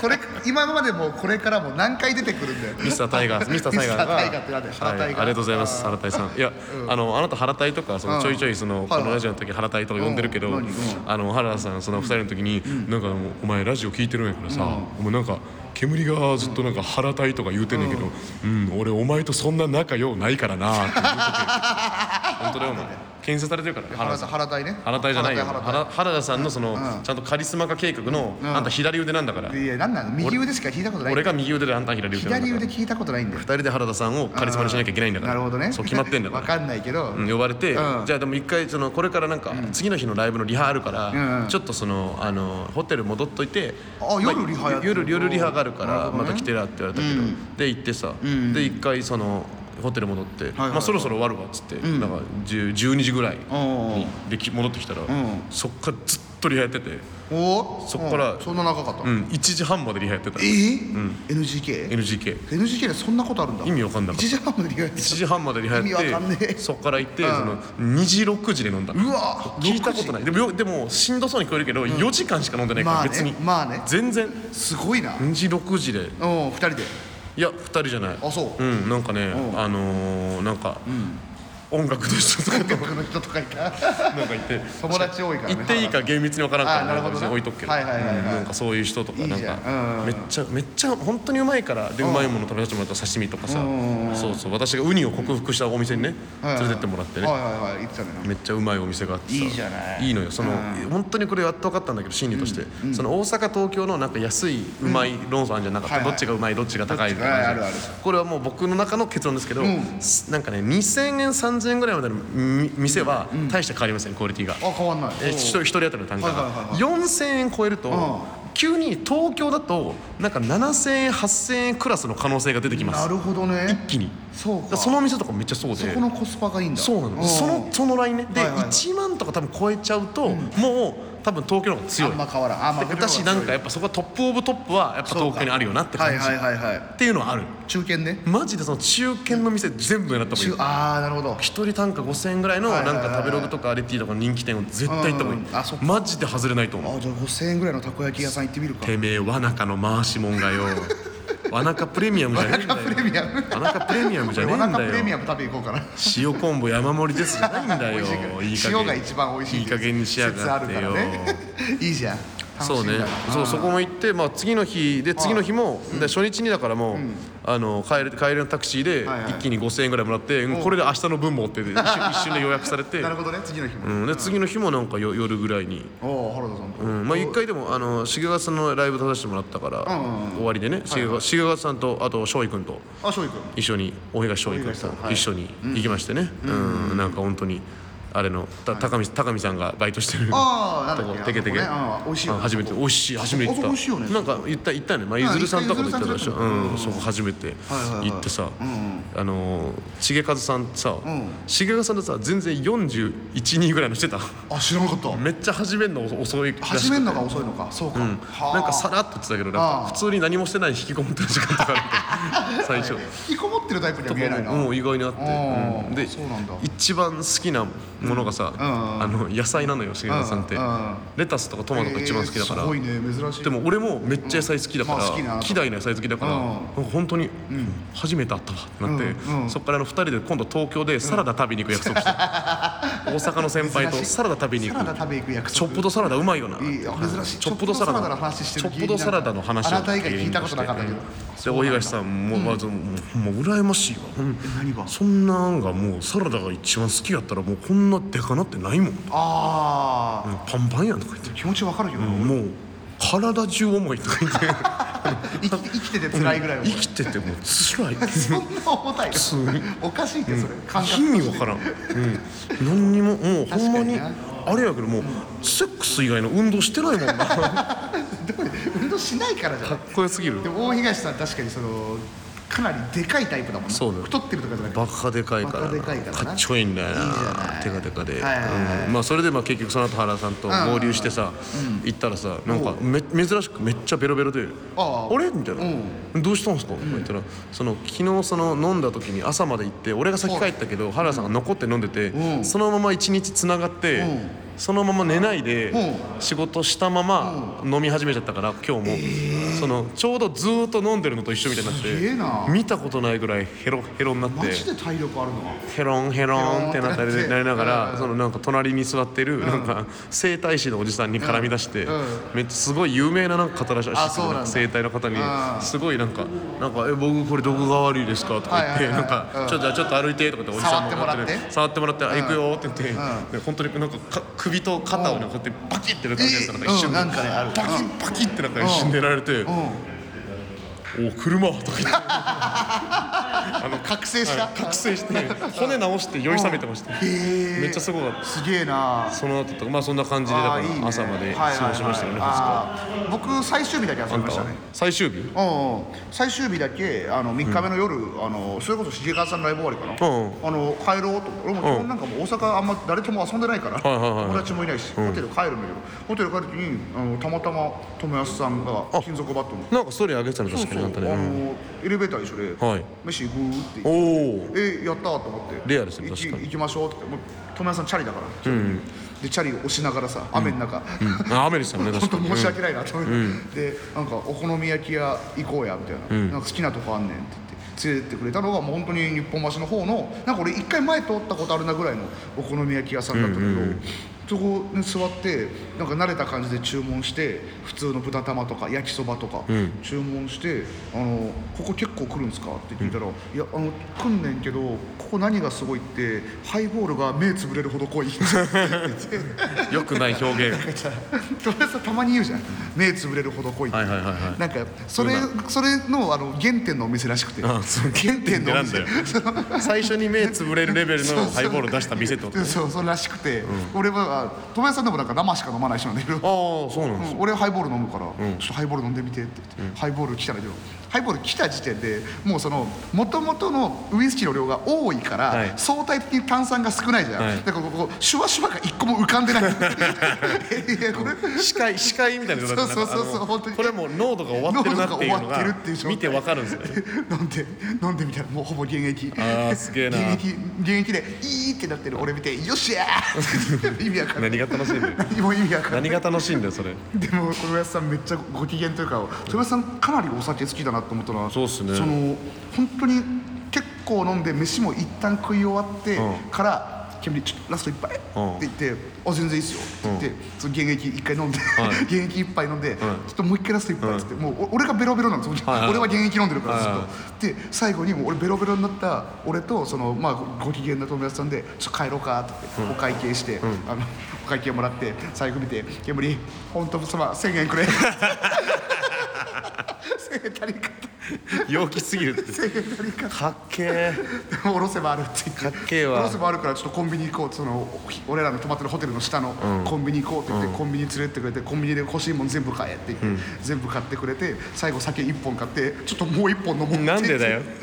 Speaker 2: これ今までもこれからも何回出てくるんだよ
Speaker 1: ミスタータイガ [laughs] ー、ミスタータイガーが、
Speaker 2: ミスタータイガーってなんだよ原タイガー
Speaker 1: はいありがとうございます、原タイさん。いや、あの、あなた原タイとか、そ
Speaker 2: うん
Speaker 1: のちょいちょい、その、
Speaker 2: はい
Speaker 1: こ
Speaker 2: はい
Speaker 1: のラジオの時、原タイとか呼んでるけど
Speaker 2: うん何うん。
Speaker 1: あの、原田さん、その二人の時に、なんか、もうお前ラジオ聞いてるんやからさ、お前なんか。煙がずっとなんか原タイとか言うてんねんけど、うん、俺お前とそんな仲ようないからなって言うてて本当だよお前検査されてるから
Speaker 2: 原田
Speaker 1: さん
Speaker 2: 原田ね
Speaker 1: 原田じゃないよ
Speaker 2: 原田
Speaker 1: 原原田さんのその、ちゃんとカリスマ化計画の、あんた左腕なんだから、
Speaker 2: いや何なの右腕しか聞いたことない
Speaker 1: 俺が右腕であんた左腕なんだから
Speaker 2: 左腕聞いたことないんだよ
Speaker 1: 二人で原田さんをカリスマにしなきゃいけないんだから
Speaker 2: なるほどね
Speaker 1: そう決まってんだか
Speaker 2: [laughs] わ
Speaker 1: ら
Speaker 2: かんないけど、
Speaker 1: うん呼ばれて、
Speaker 2: うん
Speaker 1: じゃあでも一回そのこれからなんか次の日のライブのリハあるから、
Speaker 2: うんうん
Speaker 1: ちょっとそのあのホテル戻っといて
Speaker 2: あ夜リハやってる
Speaker 1: 夜夜リハがあるか
Speaker 2: なる
Speaker 1: ら
Speaker 2: ほど
Speaker 1: ま
Speaker 2: ね
Speaker 1: た来てらって言われたけど、で行ってさ、で一回そのホテル戻って、
Speaker 2: はい
Speaker 1: まあ、そろそろ終わるわっつって、なんか10 12時ぐらい
Speaker 2: うん
Speaker 1: でき戻ってきたら、
Speaker 2: ん
Speaker 1: そっからずっとリハやってて、
Speaker 2: おお
Speaker 1: そっから
Speaker 2: そんな長かった、
Speaker 1: うん、1時半までリハやってた
Speaker 2: え NGK?NGK
Speaker 1: NGK。
Speaker 2: でそんなことあるんだ
Speaker 1: 意味わかんなかった
Speaker 2: 1時半までリハやってた
Speaker 1: 7時半までリハや
Speaker 2: 意味わかん
Speaker 1: っ
Speaker 2: ねえ
Speaker 1: てそこから行って、
Speaker 2: うん
Speaker 1: その2時6時で飲んだ
Speaker 2: うわ
Speaker 1: 聞いたことないでもよでもしんどそうに聞こえるけど、4時間しか飲んでないから、
Speaker 2: まあね
Speaker 1: 別に、
Speaker 2: まあね
Speaker 1: 全然
Speaker 2: すごいな
Speaker 1: 2時6時で
Speaker 2: うん二人で
Speaker 1: いや2人じゃない、
Speaker 2: あそう
Speaker 1: ん、なんかね、
Speaker 2: うん
Speaker 1: あのー、なんか、音楽の人とかと
Speaker 2: 僕の人とかいた
Speaker 1: [laughs] なんかいて
Speaker 2: [laughs] 友達多いからね
Speaker 1: 行っていいか厳密に分からんか
Speaker 2: あ
Speaker 1: ら
Speaker 2: なるほどな
Speaker 1: 別に置いとくけど、
Speaker 2: はいはいはいはい
Speaker 1: うんなんかそういう人とか
Speaker 2: いい
Speaker 1: なん
Speaker 2: じゃんうんうん
Speaker 1: か
Speaker 2: うん
Speaker 1: めっちゃめっちゃ本当にうまいからでうまいもの食べさせてもらった刺身とかさそうそう私がウニを克服したお店にね連れてってもらってね
Speaker 2: はいはいはい言ってたね
Speaker 1: めっちゃうまいお店があってさ
Speaker 2: いいじゃない
Speaker 1: いいのよその、本当にこれやっと分かったんだけど心理として、その大阪東京のなんか安いうまい論争あるんじゃなかった、
Speaker 2: はいはい
Speaker 1: どっちがうまいどっちが高いみたい
Speaker 2: どっち
Speaker 1: な
Speaker 2: があるある
Speaker 1: これはもう僕の中の結論ですけど、
Speaker 2: ん
Speaker 1: すなんかね2000円3000円ぐらいまでのみ店は大して変わりません、クオリティが。
Speaker 2: あ変わんない
Speaker 1: え一人一人当たりの単価
Speaker 2: はいはいはいは
Speaker 1: が
Speaker 2: い
Speaker 1: 4000円超えると、
Speaker 2: ん
Speaker 1: 急に東京だとなんか7000円8000円クラスの可能性が出てきま
Speaker 2: な
Speaker 1: す
Speaker 2: るほどね
Speaker 1: 一気に
Speaker 2: そ
Speaker 1: だ
Speaker 2: うから
Speaker 1: そのお店とかめっちゃそうで
Speaker 2: そこのコスパがいいんだ
Speaker 1: そうなの
Speaker 2: ん
Speaker 1: そのそのラインねで、
Speaker 2: はいはいはい
Speaker 1: 1万とか多分超えちゃうと、もう多分東京の方が強い
Speaker 2: あんま変わらんあまあ
Speaker 1: で私なんかやっぱそこはトップオブトップはやっぱ東京にあるよなって
Speaker 2: は
Speaker 1: 感
Speaker 2: い
Speaker 1: じ、
Speaker 2: はいはいはい
Speaker 1: っていうのはある
Speaker 2: 中堅ね
Speaker 1: マジでその中堅の店全部狙った方がいい
Speaker 2: 中ああなるほど
Speaker 1: 一人単価5000円ぐらいの
Speaker 2: は
Speaker 1: ないん
Speaker 2: はいはい
Speaker 1: か食べログとかアリティとかの人気店を絶対行った方がい
Speaker 2: うんうんうんあそっ
Speaker 1: いマジで外れないと思う
Speaker 2: あじゃあ5000円ぐらいのたこ焼き屋さん行ってみるか
Speaker 1: てめえわなかの回しもんがよわなかプレミアムじゃねえんだよ
Speaker 2: プレミアム
Speaker 1: わなかプレミアムじゃねえ
Speaker 2: お
Speaker 1: んだ
Speaker 2: 腹プレミア
Speaker 1: よ
Speaker 2: ム食べ行こうかな
Speaker 1: 塩昆布山盛りですじゃないんだよ
Speaker 2: 美味しい
Speaker 1: いい加減
Speaker 2: から塩が一番美味しい
Speaker 1: いい加減にしやがってよ
Speaker 2: 説あるからね [laughs] いいじゃん楽
Speaker 1: そ
Speaker 2: し
Speaker 1: うん
Speaker 2: だ
Speaker 1: ね
Speaker 2: な
Speaker 1: そうそこも行って、まあ、次の日で次の日も、で初日にだからもう、あの帰れ帰りのタクシーで
Speaker 2: はいはい
Speaker 1: 一気に5000円ぐらいもらって、うんこれで明日の分もって
Speaker 2: [laughs]
Speaker 1: 一瞬一瞬で予約されて、
Speaker 2: なるほどね次の日も、
Speaker 1: うん、で次の日もなんかよ夜ぐらいに。
Speaker 2: おお原田さんと、
Speaker 1: うんまあ、一回でもあの重川さんのライブ出させてもらったから、
Speaker 2: うんうん
Speaker 1: 終わりでね重川重川さんとあと翔く君と
Speaker 2: あ翔くん
Speaker 1: 一緒に大東翔く君
Speaker 2: 大東さん
Speaker 1: と
Speaker 2: はい
Speaker 1: 一緒に行きましてね、うんなんか本当にあれのた高見高見さんがバイトしてる
Speaker 2: ああなんだっけ
Speaker 1: テケテケ
Speaker 2: あそこねうん美味しいよ
Speaker 1: あ
Speaker 2: ね
Speaker 1: 初めて美味しい初めて行った
Speaker 2: あそこ美味しいよね
Speaker 1: なんか行った行ったよねまあゆずるさんとかと行ったでしょ
Speaker 2: あゆずるさんと
Speaker 1: うんそこ初めて
Speaker 2: はいはいはい
Speaker 1: 行ってさ
Speaker 2: うんうん
Speaker 1: あのー重和さんさ
Speaker 2: ん
Speaker 1: 重和さんとさ全然412ぐらいのしてた [laughs]
Speaker 2: あ知らなかった
Speaker 1: めっちゃ始めんの遅いらしくて
Speaker 2: 始めるのが遅いのかそうか、
Speaker 1: うん
Speaker 2: はあ
Speaker 1: なんかさらっと言ってたけどなんか普通に何もしてない引きこもってる時間とかある
Speaker 2: [laughs]
Speaker 1: みたい最初
Speaker 2: 引きこもってるタイプには見えないな
Speaker 1: もう意外にあっ
Speaker 2: あ
Speaker 1: て、
Speaker 2: ー
Speaker 1: うんで
Speaker 2: そうなんだ
Speaker 1: 一番好きなものがさ、
Speaker 2: ん
Speaker 1: あの野菜なのよ重和さんって、
Speaker 2: うんうん
Speaker 1: レタスとかトマトが一番好きだから、
Speaker 2: えーすごいね珍しい
Speaker 1: でも俺もめっちゃ野菜好きだか
Speaker 2: うんまあ好きな
Speaker 1: ら嫌いな野菜好きだから
Speaker 2: うん
Speaker 1: なんか本当に初めて会ったわってなって
Speaker 2: うんうん
Speaker 1: そっからあの2人で今度東京でサラダ食べに行く約束して大阪の先輩と
Speaker 2: 珍しい
Speaker 1: サラダ食べに行
Speaker 2: サラダ
Speaker 1: く
Speaker 2: 食べ行く約束
Speaker 1: チョップドサラダうまいよない
Speaker 2: いあ珍しい
Speaker 1: チョップドサラダ
Speaker 2: チョップドサラダの話してる
Speaker 1: チョップドサラダの話を
Speaker 2: あなた以外聞いたことなかったけど
Speaker 1: 芸人としてで大東さんもまずもうもう羨ましいわうん
Speaker 2: 何が
Speaker 1: そんなんがもうサラダが一番好きやったらもうこんなでかなってないもん
Speaker 2: ああ
Speaker 1: パンパンやんとか言って
Speaker 2: 気持ちわかるけどな、
Speaker 1: もう体中重いとか言って
Speaker 2: 生き生きてて辛いぐらい
Speaker 1: うん
Speaker 2: は
Speaker 1: 生きててもう辛い
Speaker 2: そんな重たい
Speaker 1: 通に
Speaker 2: おかしいってそれ、感覚
Speaker 1: 意味わからん、うん、何にももうほんまに
Speaker 2: 確か
Speaker 1: あれやけどもうセックス以外の運動してないもんなか [laughs]
Speaker 2: どう運動しないからじゃない
Speaker 1: っこよすぎる
Speaker 2: でも大東さん確かにそのかなりでかいタイプだもんね
Speaker 1: そうだよ
Speaker 2: 太ってるとかじゃなくて
Speaker 1: バカでかいから
Speaker 2: バカでかいからな
Speaker 1: っちょいいんだよない
Speaker 2: いじゃない
Speaker 1: 手がでかで、
Speaker 2: はいはいはい
Speaker 1: うんまあ、それでまあ結局その後原さんと合流してさ、行ったらさなんかめ珍しくめっちゃベロベロで「
Speaker 2: あ
Speaker 1: あ
Speaker 2: あ
Speaker 1: れ?」みたいな「どうしたんですか?」とか言ったら、その昨日その飲んだ時に朝まで行って俺が先帰ったけど原さんが残って飲んでて、
Speaker 2: うん
Speaker 1: そのまま一日つながって、
Speaker 2: うん
Speaker 1: そのまま寝ないで、
Speaker 2: う
Speaker 1: 仕事したまま飲み始めちゃったから今日も、そのちょうどずーっと飲んでるのと一緒みたいになっ
Speaker 2: すげえな
Speaker 1: て見たことないぐらいヘロヘロになって
Speaker 2: マジで体力あるの
Speaker 1: ヘロンヘロンってなったり
Speaker 2: ヘロンってなって
Speaker 1: なりなが
Speaker 2: う
Speaker 1: ら
Speaker 2: ん
Speaker 1: そのなんか隣に座ってるなんか整体師のおじさんに絡み出して
Speaker 2: うんうん
Speaker 1: めっちゃすごい有名ななんか方らしい
Speaker 2: あそうなんだ
Speaker 1: なんか整体の方に
Speaker 2: うん
Speaker 1: すごいなんか「なんかえ僕これどこが悪いですか?」とか言っ
Speaker 2: はい
Speaker 1: て
Speaker 2: はいは
Speaker 1: ないんか
Speaker 2: う
Speaker 1: 「
Speaker 2: ん
Speaker 1: ちょっとじゃあちょっと歩いて」とかっておじさんも
Speaker 2: 触ってもらって
Speaker 1: 触ってもらって「あ行くよ」って言って
Speaker 2: ん
Speaker 1: で本当になんかか首と肩をなんかこうやってバキってなったみたいなのが一
Speaker 2: えーう
Speaker 1: 瞬
Speaker 2: ん
Speaker 1: で
Speaker 2: なんかねある
Speaker 1: バキバキってなったら一瞬でやられて
Speaker 2: う
Speaker 1: 「
Speaker 2: ん
Speaker 1: お車」とか言って
Speaker 2: 覚醒した
Speaker 1: 覚醒して骨直して酔い覚めてました
Speaker 2: へえ
Speaker 1: めっちゃすごかった。
Speaker 2: すげえな
Speaker 1: その後とかまあそんな感じでだから
Speaker 2: ーいいね
Speaker 1: 朝まで
Speaker 2: はいはい
Speaker 1: 過
Speaker 2: はい
Speaker 1: ごしましたよね、
Speaker 2: あー僕最終日だけ遊び
Speaker 1: 確
Speaker 2: ま
Speaker 1: か
Speaker 2: した
Speaker 1: あんたは
Speaker 2: ね
Speaker 1: 最終日
Speaker 2: うんうん、最終日だけあの3日目の夜、あのそれこそ重川さんのライブ終わりかな、
Speaker 1: うん
Speaker 2: あの帰ろうと俺も基本なんかもう大阪あんま誰とも遊んでないから、
Speaker 1: はいはいはい
Speaker 2: 友達もいないし、ホテル帰るんだけどホテル帰る時にあのたまたま友康さんが金属バットの
Speaker 1: なんかストーリー上げてたの確かにあった
Speaker 2: あ
Speaker 1: ね
Speaker 2: のエレベーター一緒で、
Speaker 1: はい
Speaker 2: 飯行くって
Speaker 1: お
Speaker 2: 言って
Speaker 1: おー
Speaker 2: えやったーと思って
Speaker 1: レアですね
Speaker 2: 行き
Speaker 1: 確かに
Speaker 2: 行きましょうってもう友康さんチャリだから、でチャリ押しながらさ雨の中、
Speaker 1: あ雨でしたもんね
Speaker 2: [laughs] 本
Speaker 1: 確
Speaker 2: 当
Speaker 1: かに
Speaker 2: 申し訳ないなと思って、でなんかお好み焼き屋行こうやみたいな,、なんか好きなとこあんねんって言って連れてってくれたのがもう本当に日本橋の方のなんか俺一回前通ったことあるなぐらいのお好み焼き屋さんだったけど、そこに座ってなんか慣れた感じで注文して普通の豚玉とか焼きそばとか注文して「あのここ結構来るんですか?」って聞いたら「いやあの来んねんけどここ何がすごいってハイボールが目つぶれるほど濃い」って言って。
Speaker 1: よくない表現
Speaker 2: 友達さたまに言うじゃん目つぶれるほど濃いって、
Speaker 1: はいはいはいはい
Speaker 2: なんかそれそれのあの原点のお店らしくて
Speaker 1: あそう
Speaker 2: 原点
Speaker 1: なんだよ
Speaker 2: [laughs]
Speaker 1: 最初に目つぶれるレベルのハイボール出した店ってこと
Speaker 2: そうそうそうらしくて、俺はあ友達さんでもなんか生しか飲まない人なんだけど
Speaker 1: ああそうなんで
Speaker 2: うん俺ハイボール飲むから、ちょっとハイボール飲んでみてって言って、ハイボール来たんだけどハイボール来た時点でもうその元々のウイスキーの量が多いから、
Speaker 1: はい
Speaker 2: 相対的に炭酸が少ないじゃん、
Speaker 1: はい
Speaker 2: だからここシュワシュワが一個も浮かんでないい
Speaker 1: [laughs]
Speaker 2: やこれ
Speaker 1: 視界視界みたいな状態
Speaker 2: そうそうそうそ
Speaker 1: なん
Speaker 2: う
Speaker 1: かあの
Speaker 2: 本当に
Speaker 1: これもう濃度が終わってるなっていう
Speaker 2: 濃
Speaker 1: の
Speaker 2: 度が終わってる
Speaker 1: が
Speaker 2: っていう状態
Speaker 1: 見てわかるんですね
Speaker 2: [laughs] 飲んで飲んでみたらもうほぼ現役
Speaker 1: あーすげえな
Speaker 2: 現役現役でいいってなってる俺見てよっしゃー [laughs] 意味わかんない
Speaker 1: 何が楽しいんだよ
Speaker 2: 何も意味わかんない
Speaker 1: 何が楽しいんだよそれ
Speaker 2: でも小林さんめっちゃご機嫌というか小林さんかなりお酒好きだなと思ったのは
Speaker 1: そうっすね
Speaker 2: その本当に結構飲んで飯も一旦食い終わって
Speaker 1: うん
Speaker 2: から「煙ちょっとラスト一杯」って
Speaker 1: うん
Speaker 2: 言って「あ全然いいっすよ」って言ってその現役一回飲んで
Speaker 1: い
Speaker 2: [laughs] 現役一杯飲んで「ちょっともう一回ラスト一杯」っつってもうお俺がベロベロなんですよ
Speaker 1: はいはい
Speaker 2: 俺は現役飲んでるからずっ
Speaker 1: はいは
Speaker 2: とで最後にもう俺ベロベロになった俺とそのまあごご機嫌な友達さんで「ちょっと帰ろうか」って言ってお会計してあのお会計もらって財布見て「煙本当様1000円く [laughs] れ」せーたり方
Speaker 1: 陽気すぎる
Speaker 2: [laughs]
Speaker 1: って
Speaker 2: せーたり方
Speaker 1: かっけえ
Speaker 2: [laughs] おろせばあるって言って
Speaker 1: かっけえわ
Speaker 2: おろせばあるからちょっとコンビニ行こうってその俺らの泊まってるホテルの下のコンビニ行こうって言って、コンビニ連れてってくれてコンビニで欲しいもん全部買えって言って、全部買ってくれて最後酒1本買ってちょっともう1本飲もうって言って
Speaker 1: なんでだよ
Speaker 2: [laughs]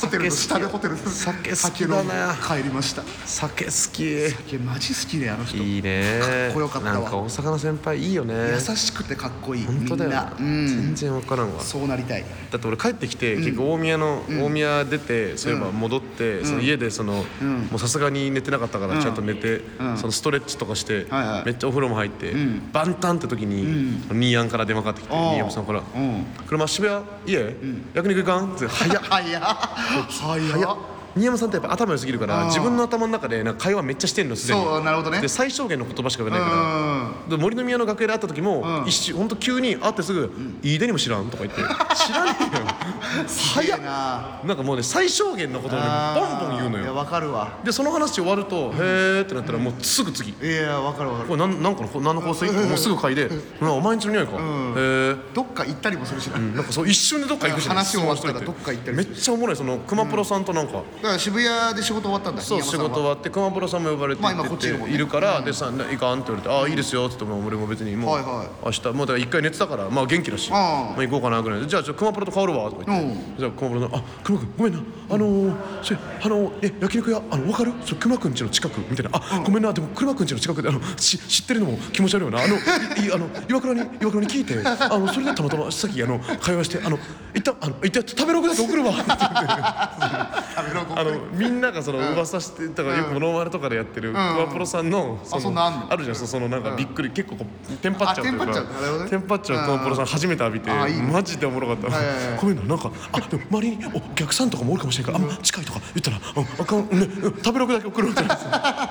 Speaker 2: ホテルの下でホテルの
Speaker 1: 酒好きだな
Speaker 2: 酒飲んで帰りました
Speaker 1: 酒好
Speaker 2: いやマジ好きねあの人
Speaker 1: きいいね
Speaker 2: かっこよかったわ
Speaker 1: なんか大阪の先輩いいよね
Speaker 2: 優しくてかっこいい
Speaker 1: 本当だよ
Speaker 2: みんなうん
Speaker 1: 全然分からんわ
Speaker 2: そうなりたい
Speaker 1: だって俺帰ってきて結構大宮の大宮出てそういえば戻ってその家でそのもうさすがに寝てなかったからちゃんと寝てそのストレッチとかして
Speaker 2: はいはい
Speaker 1: めっちゃお風呂も入って万端って時にニーアンから電話かかってきて
Speaker 2: あー
Speaker 1: ニーアンさんから
Speaker 2: うん
Speaker 1: 「車渋谷家焼肉行かん?」って早っ
Speaker 2: 早っ早っ
Speaker 1: 新山さんってやっぱ頭良すぎるから自分の頭の中でなんか会話めっちゃしてんのすでに
Speaker 2: そうなるほどね
Speaker 1: で最小限の言葉しか言わないうから
Speaker 2: ん
Speaker 1: で森の宮の楽屋で会った時も、
Speaker 2: うん
Speaker 1: 一瞬本当急に会ってすぐ「いいでにも知らん」とか言って「知らねえよ」早
Speaker 2: 早
Speaker 1: っ
Speaker 2: いな
Speaker 1: なんかもうね最小限のことをね
Speaker 2: あ
Speaker 1: ボンボン言うの
Speaker 2: いや
Speaker 1: よ
Speaker 2: わかるわ
Speaker 1: でその話終わると「へえ」ってなったらもうすぐ次「
Speaker 2: いやわかるわかる
Speaker 1: これなんなんかの何の香水?」もうすぐ嗅いで「うんお前んちの匂いか」へえ
Speaker 2: どっか行ったりもするしな、
Speaker 1: なんかそう一瞬でどっか行くじゃん
Speaker 2: 話終わったら
Speaker 1: そうしといて
Speaker 2: どっか行ったり
Speaker 1: め
Speaker 2: す
Speaker 1: っちゃおもろいその熊プロさんとなんか、
Speaker 2: から渋谷で仕事終わったんだ
Speaker 1: そう仕
Speaker 2: 新
Speaker 1: 事
Speaker 2: 山さんは
Speaker 1: 終わって熊プロさんも呼ばれて
Speaker 2: まあ今こっちいるもんね
Speaker 1: いるから「でさないかん?」って言われて「ああいいですよ」って言ってもう俺も別にもう
Speaker 2: はいはい
Speaker 1: 明日もうだから一回寝てたからまあ元気だし
Speaker 2: ん
Speaker 1: まあ行こうかなぐらいで「じゃあちょっと熊プロと変わるわ」とか言って
Speaker 2: う
Speaker 1: そしたら熊プロさん「あ熊君ごめんなあのーそれあのーえ焼肉屋あの分かるそれ熊くんちの近く」みたいな「あごめんなでも熊くんちの近くであのし知ってるのも気持ち悪いよなあのいいあの岩倉に岩倉に聞いてあのそれでたまたまさっきあの会話してあの一旦あの一旦食べログだけ送るわ」って言って
Speaker 2: 食べログ
Speaker 1: あのみんながその噂してだからよくノーマルとかでやってるクワプロさんのその
Speaker 2: そんなんあんの
Speaker 1: るじゃんそうそのなんかびっくり結構こうテンパっちゃうという
Speaker 2: あテンパっちゃ
Speaker 1: か
Speaker 2: うなるほどね
Speaker 1: テンパっちゃうクワプロさん初めて浴びて
Speaker 2: あいいね
Speaker 1: マジでおもろかっ
Speaker 2: はいはいは
Speaker 1: た
Speaker 2: い
Speaker 1: ごめんななんかあでも周りにお客さんとかもおるかもしれないからあんま近いとか言ったらうんあかんねうん食べログだけ送るみたいな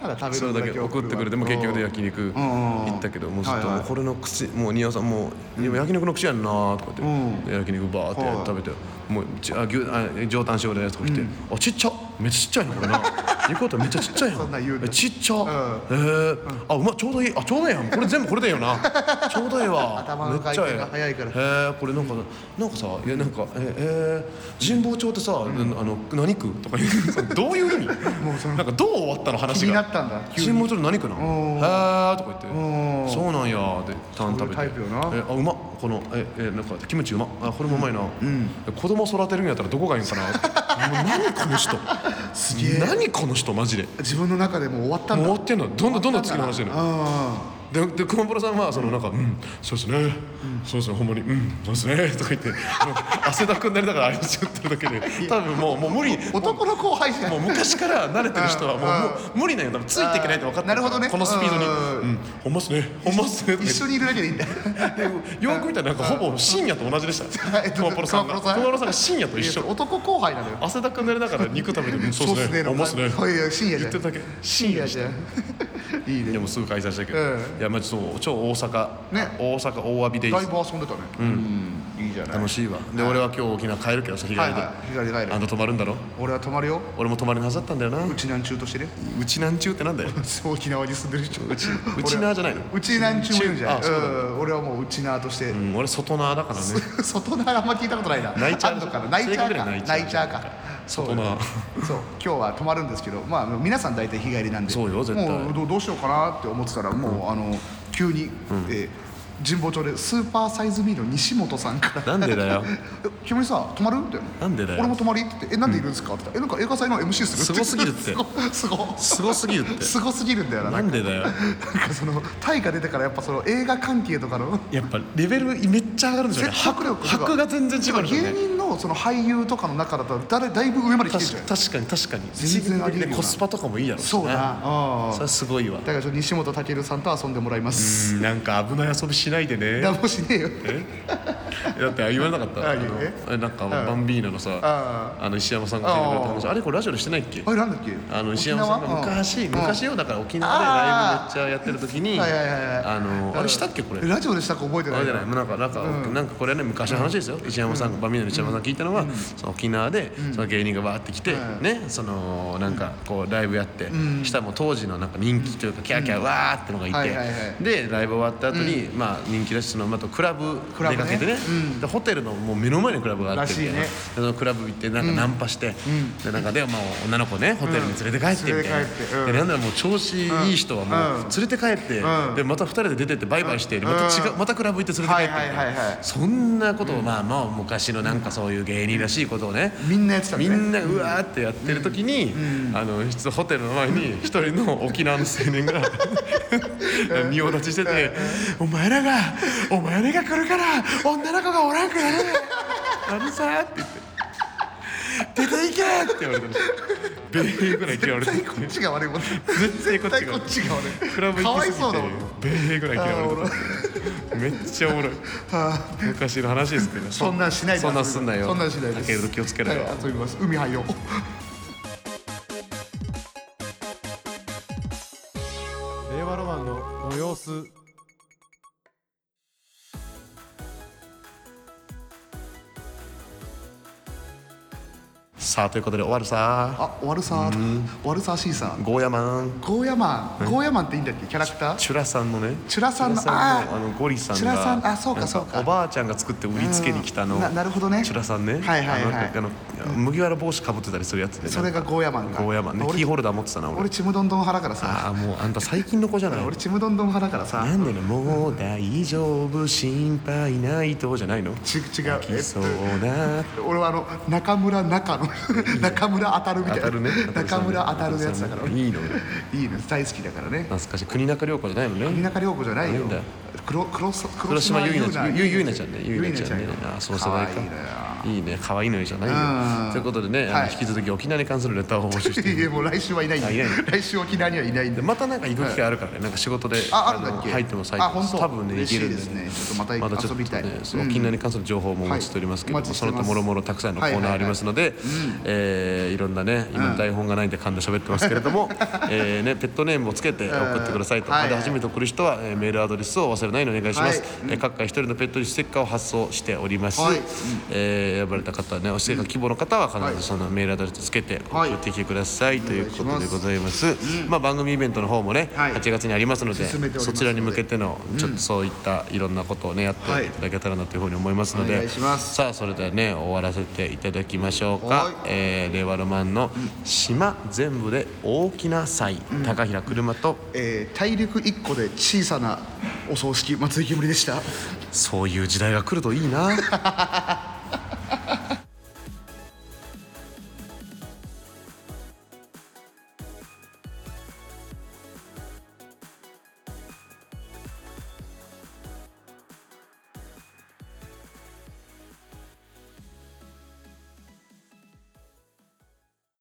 Speaker 2: ただ食べ
Speaker 1: そ
Speaker 2: ロ
Speaker 1: れ
Speaker 2: グ
Speaker 1: だけ送ってくれてもう結局で焼肉行ったけどもうずっと
Speaker 2: はいはい
Speaker 1: もうこれの口もう新山さんもうでも焼肉の口やんなーとか言ってで焼肉バーって食べてもうちあ牛あ上タン塩でとか来てあちっちゃめっちゃちっちゃいなこれ
Speaker 2: [laughs]
Speaker 1: な肉ことめっちゃちっちゃいや
Speaker 2: そんなん言うんんだ
Speaker 1: えちっちゃえーあうまいちょうどいいあちょうどいいやんこれ全部これでいいよ
Speaker 2: [laughs]
Speaker 1: なちょうどいいわ
Speaker 2: 頭の回転が早いから
Speaker 1: めっちゃええへえこれなんかなんかさいやなんかええー神保町ってさあの何区とか言う [laughs] どういう意味なんかどう終わったの話が
Speaker 2: 気になったんだ急に
Speaker 1: 新モチョル何食うの
Speaker 2: ん
Speaker 1: へーとか言っ
Speaker 2: うん
Speaker 1: てそうなんやでタン食べて
Speaker 2: そういうタイプよな
Speaker 1: えあうまっこのええなんかキムチうまっあこれもうまいな、え子供育てるんやったらどこがいいんか
Speaker 2: [laughs]
Speaker 1: なもう何この人
Speaker 2: すげえ
Speaker 1: 何この人マジでも
Speaker 2: 自分の中でもう終わった
Speaker 1: うん終
Speaker 2: だ
Speaker 1: わってんのどんどんどんどん次の話だよ
Speaker 2: あ
Speaker 1: でで熊プロさんはそのなんか「うんそうですね、そうですねほんまにうんそうですね」とか言ってもう汗だくになりながらあれしちゃってるだけで多分もうもう無理
Speaker 2: あ男の後輩じゃん
Speaker 1: もう昔から慣れてる人はもうもう無理なんよ多分ついていけないって分かって
Speaker 2: あーなるほどね
Speaker 1: このスピードに
Speaker 2: う
Speaker 1: うんほんまっすねほんまっすねとか
Speaker 2: 一緒にいるだけでいいんだ
Speaker 1: 言ってよく見たらなんかほぼ深夜と同じでした [laughs]
Speaker 2: えっと
Speaker 1: 熊プロさんが
Speaker 2: 熊プロさん
Speaker 1: 熊プロさんが深夜と一緒
Speaker 2: 男後輩なのよ
Speaker 1: 汗だくになりながら肉食べてうんそう
Speaker 2: っ
Speaker 1: ですねほんまっすね
Speaker 2: いやいや深夜
Speaker 1: 言
Speaker 2: じゃ
Speaker 1: っ
Speaker 2: ん
Speaker 1: てるだけ
Speaker 2: 深夜じゃんいいね
Speaker 1: でもすぐ解散したけど、
Speaker 2: うん
Speaker 1: いやまあそう超大阪、
Speaker 2: ね
Speaker 1: 大阪大詫びデイズ
Speaker 2: だいぶ遊んでたねうんいいじゃない
Speaker 1: 楽しいわで俺は今日沖縄帰るけどさ日帰りで、
Speaker 2: はいはい日帰り帰る
Speaker 1: あんた泊まるんだろ
Speaker 2: 俺は泊まるよ
Speaker 1: 俺も泊まりなさったんだよな
Speaker 2: うちなんちゅうとしてね
Speaker 1: うちなんちゅうってなんだよ
Speaker 2: 沖縄に住んでる人うち
Speaker 1: うちなーじゃないの
Speaker 2: うちなんちゅうもいるんじゃ
Speaker 1: あ
Speaker 2: ない
Speaker 1: そうだ
Speaker 2: うん俺はもううちなーとして
Speaker 1: うん俺外なーだからね
Speaker 2: [laughs] 外なあんま聞いたことないな
Speaker 1: ナイチャー
Speaker 2: あんのかなナイチャーかナイチャーかそう
Speaker 1: 外な
Speaker 2: そう今日は泊まるんですけどまあ皆さん大体日帰りなんで
Speaker 1: そうよ絶対
Speaker 2: もうどうどうしようかなって思ってたらもう、あの急に、えー神保町でスーパーサイズミーの西本さんから
Speaker 1: なんでだよ
Speaker 2: [laughs] え君さ泊まるみたい
Speaker 1: な
Speaker 2: な
Speaker 1: んでだよ
Speaker 2: 俺も泊まりって言ってえなんでいるんですかって言ったらえなんか映画祭の MC する
Speaker 1: すごすぎるって
Speaker 2: [laughs] すごすご
Speaker 1: すごすぎるって
Speaker 2: すごすぎるんだよな
Speaker 1: [laughs]
Speaker 2: な
Speaker 1: なんんでだよ
Speaker 2: かそのタイが出てからやっぱその映画関係とかの
Speaker 1: やっぱレベルめっちゃ上がるんですよね
Speaker 2: 説得力
Speaker 1: 箔が全然違うんですよ
Speaker 2: 芸
Speaker 1: ね
Speaker 2: 人のその俳優とかの中だと誰だいぶ上まで来て
Speaker 1: 確
Speaker 2: るじゃん
Speaker 1: か確かに確かに
Speaker 2: 全然ありえるよな
Speaker 1: でコスパとかもいいやろうしね
Speaker 2: そうだあ
Speaker 1: それはすごいわ
Speaker 2: だからちょっと西本健さんと遊んでもらいま
Speaker 1: う
Speaker 2: す
Speaker 1: んなんか危ない遊びしないでね
Speaker 2: 何もしねえよ
Speaker 1: だって言わなかった
Speaker 2: あ
Speaker 1: あ
Speaker 2: いいよね
Speaker 1: のなんかバンビーナのさ
Speaker 2: あ
Speaker 1: あの石山さんが書いてくれた話あれこれラジオでしてないっけ
Speaker 2: あれなんだっけ
Speaker 1: あの石山さんが
Speaker 2: 沖縄
Speaker 1: 昔
Speaker 2: うん
Speaker 1: 昔よだから沖縄でライブめっちゃやってる時に
Speaker 2: はいはいはいはい
Speaker 1: あのあれしたっけこれ
Speaker 2: えラジオでしたか覚えて
Speaker 1: あ
Speaker 2: な
Speaker 1: れ
Speaker 2: い
Speaker 1: じゃないもうなんかなんか、なんかこれはね昔の話ですよ、石山さんがバミナの石山さんが聞いたのは、その沖縄で、その芸人がわーって来て、
Speaker 2: うん
Speaker 1: ねそのなんかこうライブやって、したらもう当時のなんか人気というかキャーキャーわーってのがいて、
Speaker 2: はいはいはい
Speaker 1: でライブ終わった後に、まあ人気だしそのまたクラブ
Speaker 2: クラ
Speaker 1: 出
Speaker 2: ブね
Speaker 1: かけてねでホテルのもう目の前にクラブがあってみたいな、
Speaker 2: らしいね
Speaker 1: そのクラブ行ってなんかナンパして、でなんかでまあ女の子ねホテルに連れて帰ってみたいな、
Speaker 2: 連れて帰ってうん
Speaker 1: でなんならもう調子いい人はも
Speaker 2: う
Speaker 1: う連れて帰って、
Speaker 2: うん
Speaker 1: でまた二人で出てってバイバイして、でまた違うまたクラブ行って連れて帰って
Speaker 2: はいはいはいはい
Speaker 1: そんなことをまあまあ昔のなんかそういう芸人らしいことをね、
Speaker 2: みんなやってた
Speaker 1: み
Speaker 2: ね
Speaker 1: んなうわーってやってる時に、あの普通ホテルの前
Speaker 2: [laughs]
Speaker 1: に一人の沖縄の青年が仁王立ちしてて「お前らがお前らが来るから女の子がおらんくなるあのさ」って言って「出ていけ!」って言われてましたべーぐらい嫌われて
Speaker 2: 絶対こっちが悪いこと
Speaker 1: 絶対こっちが
Speaker 2: 絶対こっちが悪い
Speaker 1: クラブ行きすぎ
Speaker 2: かわいそう
Speaker 1: て
Speaker 2: だもん
Speaker 1: べーぐらい嫌われてためっちゃおもろい昔の話ですけど
Speaker 2: そんなんしないで
Speaker 1: そんなんすんなよ
Speaker 2: そんなんしないです
Speaker 1: だけど気をつけろよ
Speaker 2: はい遊びます海入ろう
Speaker 4: 令和ロマンのご様子
Speaker 1: さあということで終わるさ
Speaker 2: あ終わるさ終わるさ C さん
Speaker 1: ゴーヤマン
Speaker 2: ゴーヤマンゴーヤマンっていいんだっけキャラクター
Speaker 1: チュラさんのね
Speaker 2: チュラさんの
Speaker 1: チュラさんの
Speaker 2: あ
Speaker 1: あ
Speaker 2: ー
Speaker 1: のゴリさんが
Speaker 2: チュラさんあそうか
Speaker 1: なん
Speaker 2: そうか
Speaker 1: おばあちゃんが作って売りつけに来たの
Speaker 2: うんななるほどね
Speaker 1: チュラさんね
Speaker 2: はいはいはい
Speaker 1: あのあの麦わら帽子かぶってたりするやつで
Speaker 2: それがゴーヤマンか
Speaker 1: ゴーヤマンね
Speaker 2: 俺
Speaker 1: キーホルダー持ってたな俺
Speaker 2: 俺ちむどんどん派だからさ
Speaker 1: ああもうあんた最近の子じゃない
Speaker 2: 俺ちむどんどん派だからさ
Speaker 1: なんでねもう大丈夫心配ないとじゃないの
Speaker 2: ち違うえ
Speaker 1: 来そうな
Speaker 2: 俺はあの中村中の中村当たるみたい
Speaker 1: 当た
Speaker 2: な
Speaker 1: るね
Speaker 2: 中村当たるのやつだか
Speaker 1: い
Speaker 2: ら
Speaker 1: いのね
Speaker 2: いいね大好きだからね
Speaker 1: 懐かしい国中涼子じゃないの
Speaker 2: 国
Speaker 1: ね
Speaker 2: 中涼子じゃないよ
Speaker 1: なんだ
Speaker 2: 黒黒そ
Speaker 1: 黒島ゆいなちゃんゆいゆいなちゃんねゆ
Speaker 2: ゆ
Speaker 1: いな
Speaker 2: いな
Speaker 1: ち
Speaker 2: ち
Speaker 1: ゃ
Speaker 2: ゃ
Speaker 1: ん
Speaker 2: ん
Speaker 1: ね
Speaker 2: よ
Speaker 1: ああそう世代か
Speaker 2: 可愛いのよ
Speaker 1: いいね可愛いのよじゃな
Speaker 2: う
Speaker 1: いよ
Speaker 2: ん
Speaker 1: ということでねあの
Speaker 2: はい
Speaker 1: 引き続き沖縄に関するレターを募集してい
Speaker 2: いやもう来週はいないん
Speaker 1: あいな
Speaker 2: で
Speaker 1: い
Speaker 2: 来週沖縄にはいないん
Speaker 1: で
Speaker 2: で
Speaker 1: またなんか行く機会あるからねなんか仕事で
Speaker 2: ああるんだっけ
Speaker 1: の入っても最
Speaker 2: あ本
Speaker 1: 近
Speaker 2: 当
Speaker 1: 多分ね行け
Speaker 2: 嬉しい
Speaker 1: るんで
Speaker 2: ですねちょっとまた
Speaker 1: まだちょっと
Speaker 2: 遊びたい
Speaker 1: ね、そうの
Speaker 2: ん
Speaker 1: 近年に関する情報もお待ちしておりますけど、
Speaker 2: はいお待ちして
Speaker 1: そ
Speaker 2: ま
Speaker 1: の
Speaker 2: す
Speaker 1: 他もろもろたくさんのコーナーありますので、いえーいろんなね今台本がないんで噛んで喋ってますけれど
Speaker 2: [laughs]
Speaker 1: も、えーね、ペットネームをつけて送ってくださいと、
Speaker 2: はいはい
Speaker 1: で初めて送る人は、えーメールアドレスを忘れないようにお願いします、
Speaker 2: は
Speaker 1: えー各界一人のペットにステッカーを発送しております、
Speaker 2: はい
Speaker 1: えー選ばれた方はねおステッカー希望の方は必ずそのメールアドレスつけて送
Speaker 2: はい
Speaker 1: ってきてください、ということ
Speaker 2: お願い
Speaker 1: で
Speaker 2: します
Speaker 1: ございます、まあ、番組イベントの方もね、
Speaker 2: はい
Speaker 1: 8月にありますので
Speaker 2: 進めております
Speaker 1: そ
Speaker 2: ので
Speaker 1: ちらに向けてのちょっとそういったいろんなことをねやって
Speaker 2: はい
Speaker 1: いただけたらなというふうに思いますので、
Speaker 2: お願いします
Speaker 1: さあそれではね終わらせていただきましょう
Speaker 2: は
Speaker 1: か
Speaker 2: い
Speaker 1: 「えー令和ロマン」の「島全部で大きな祭」高平車と
Speaker 2: えー大陸一個で小さなお葬式松井きむりでした
Speaker 1: そういう時代が来るといいな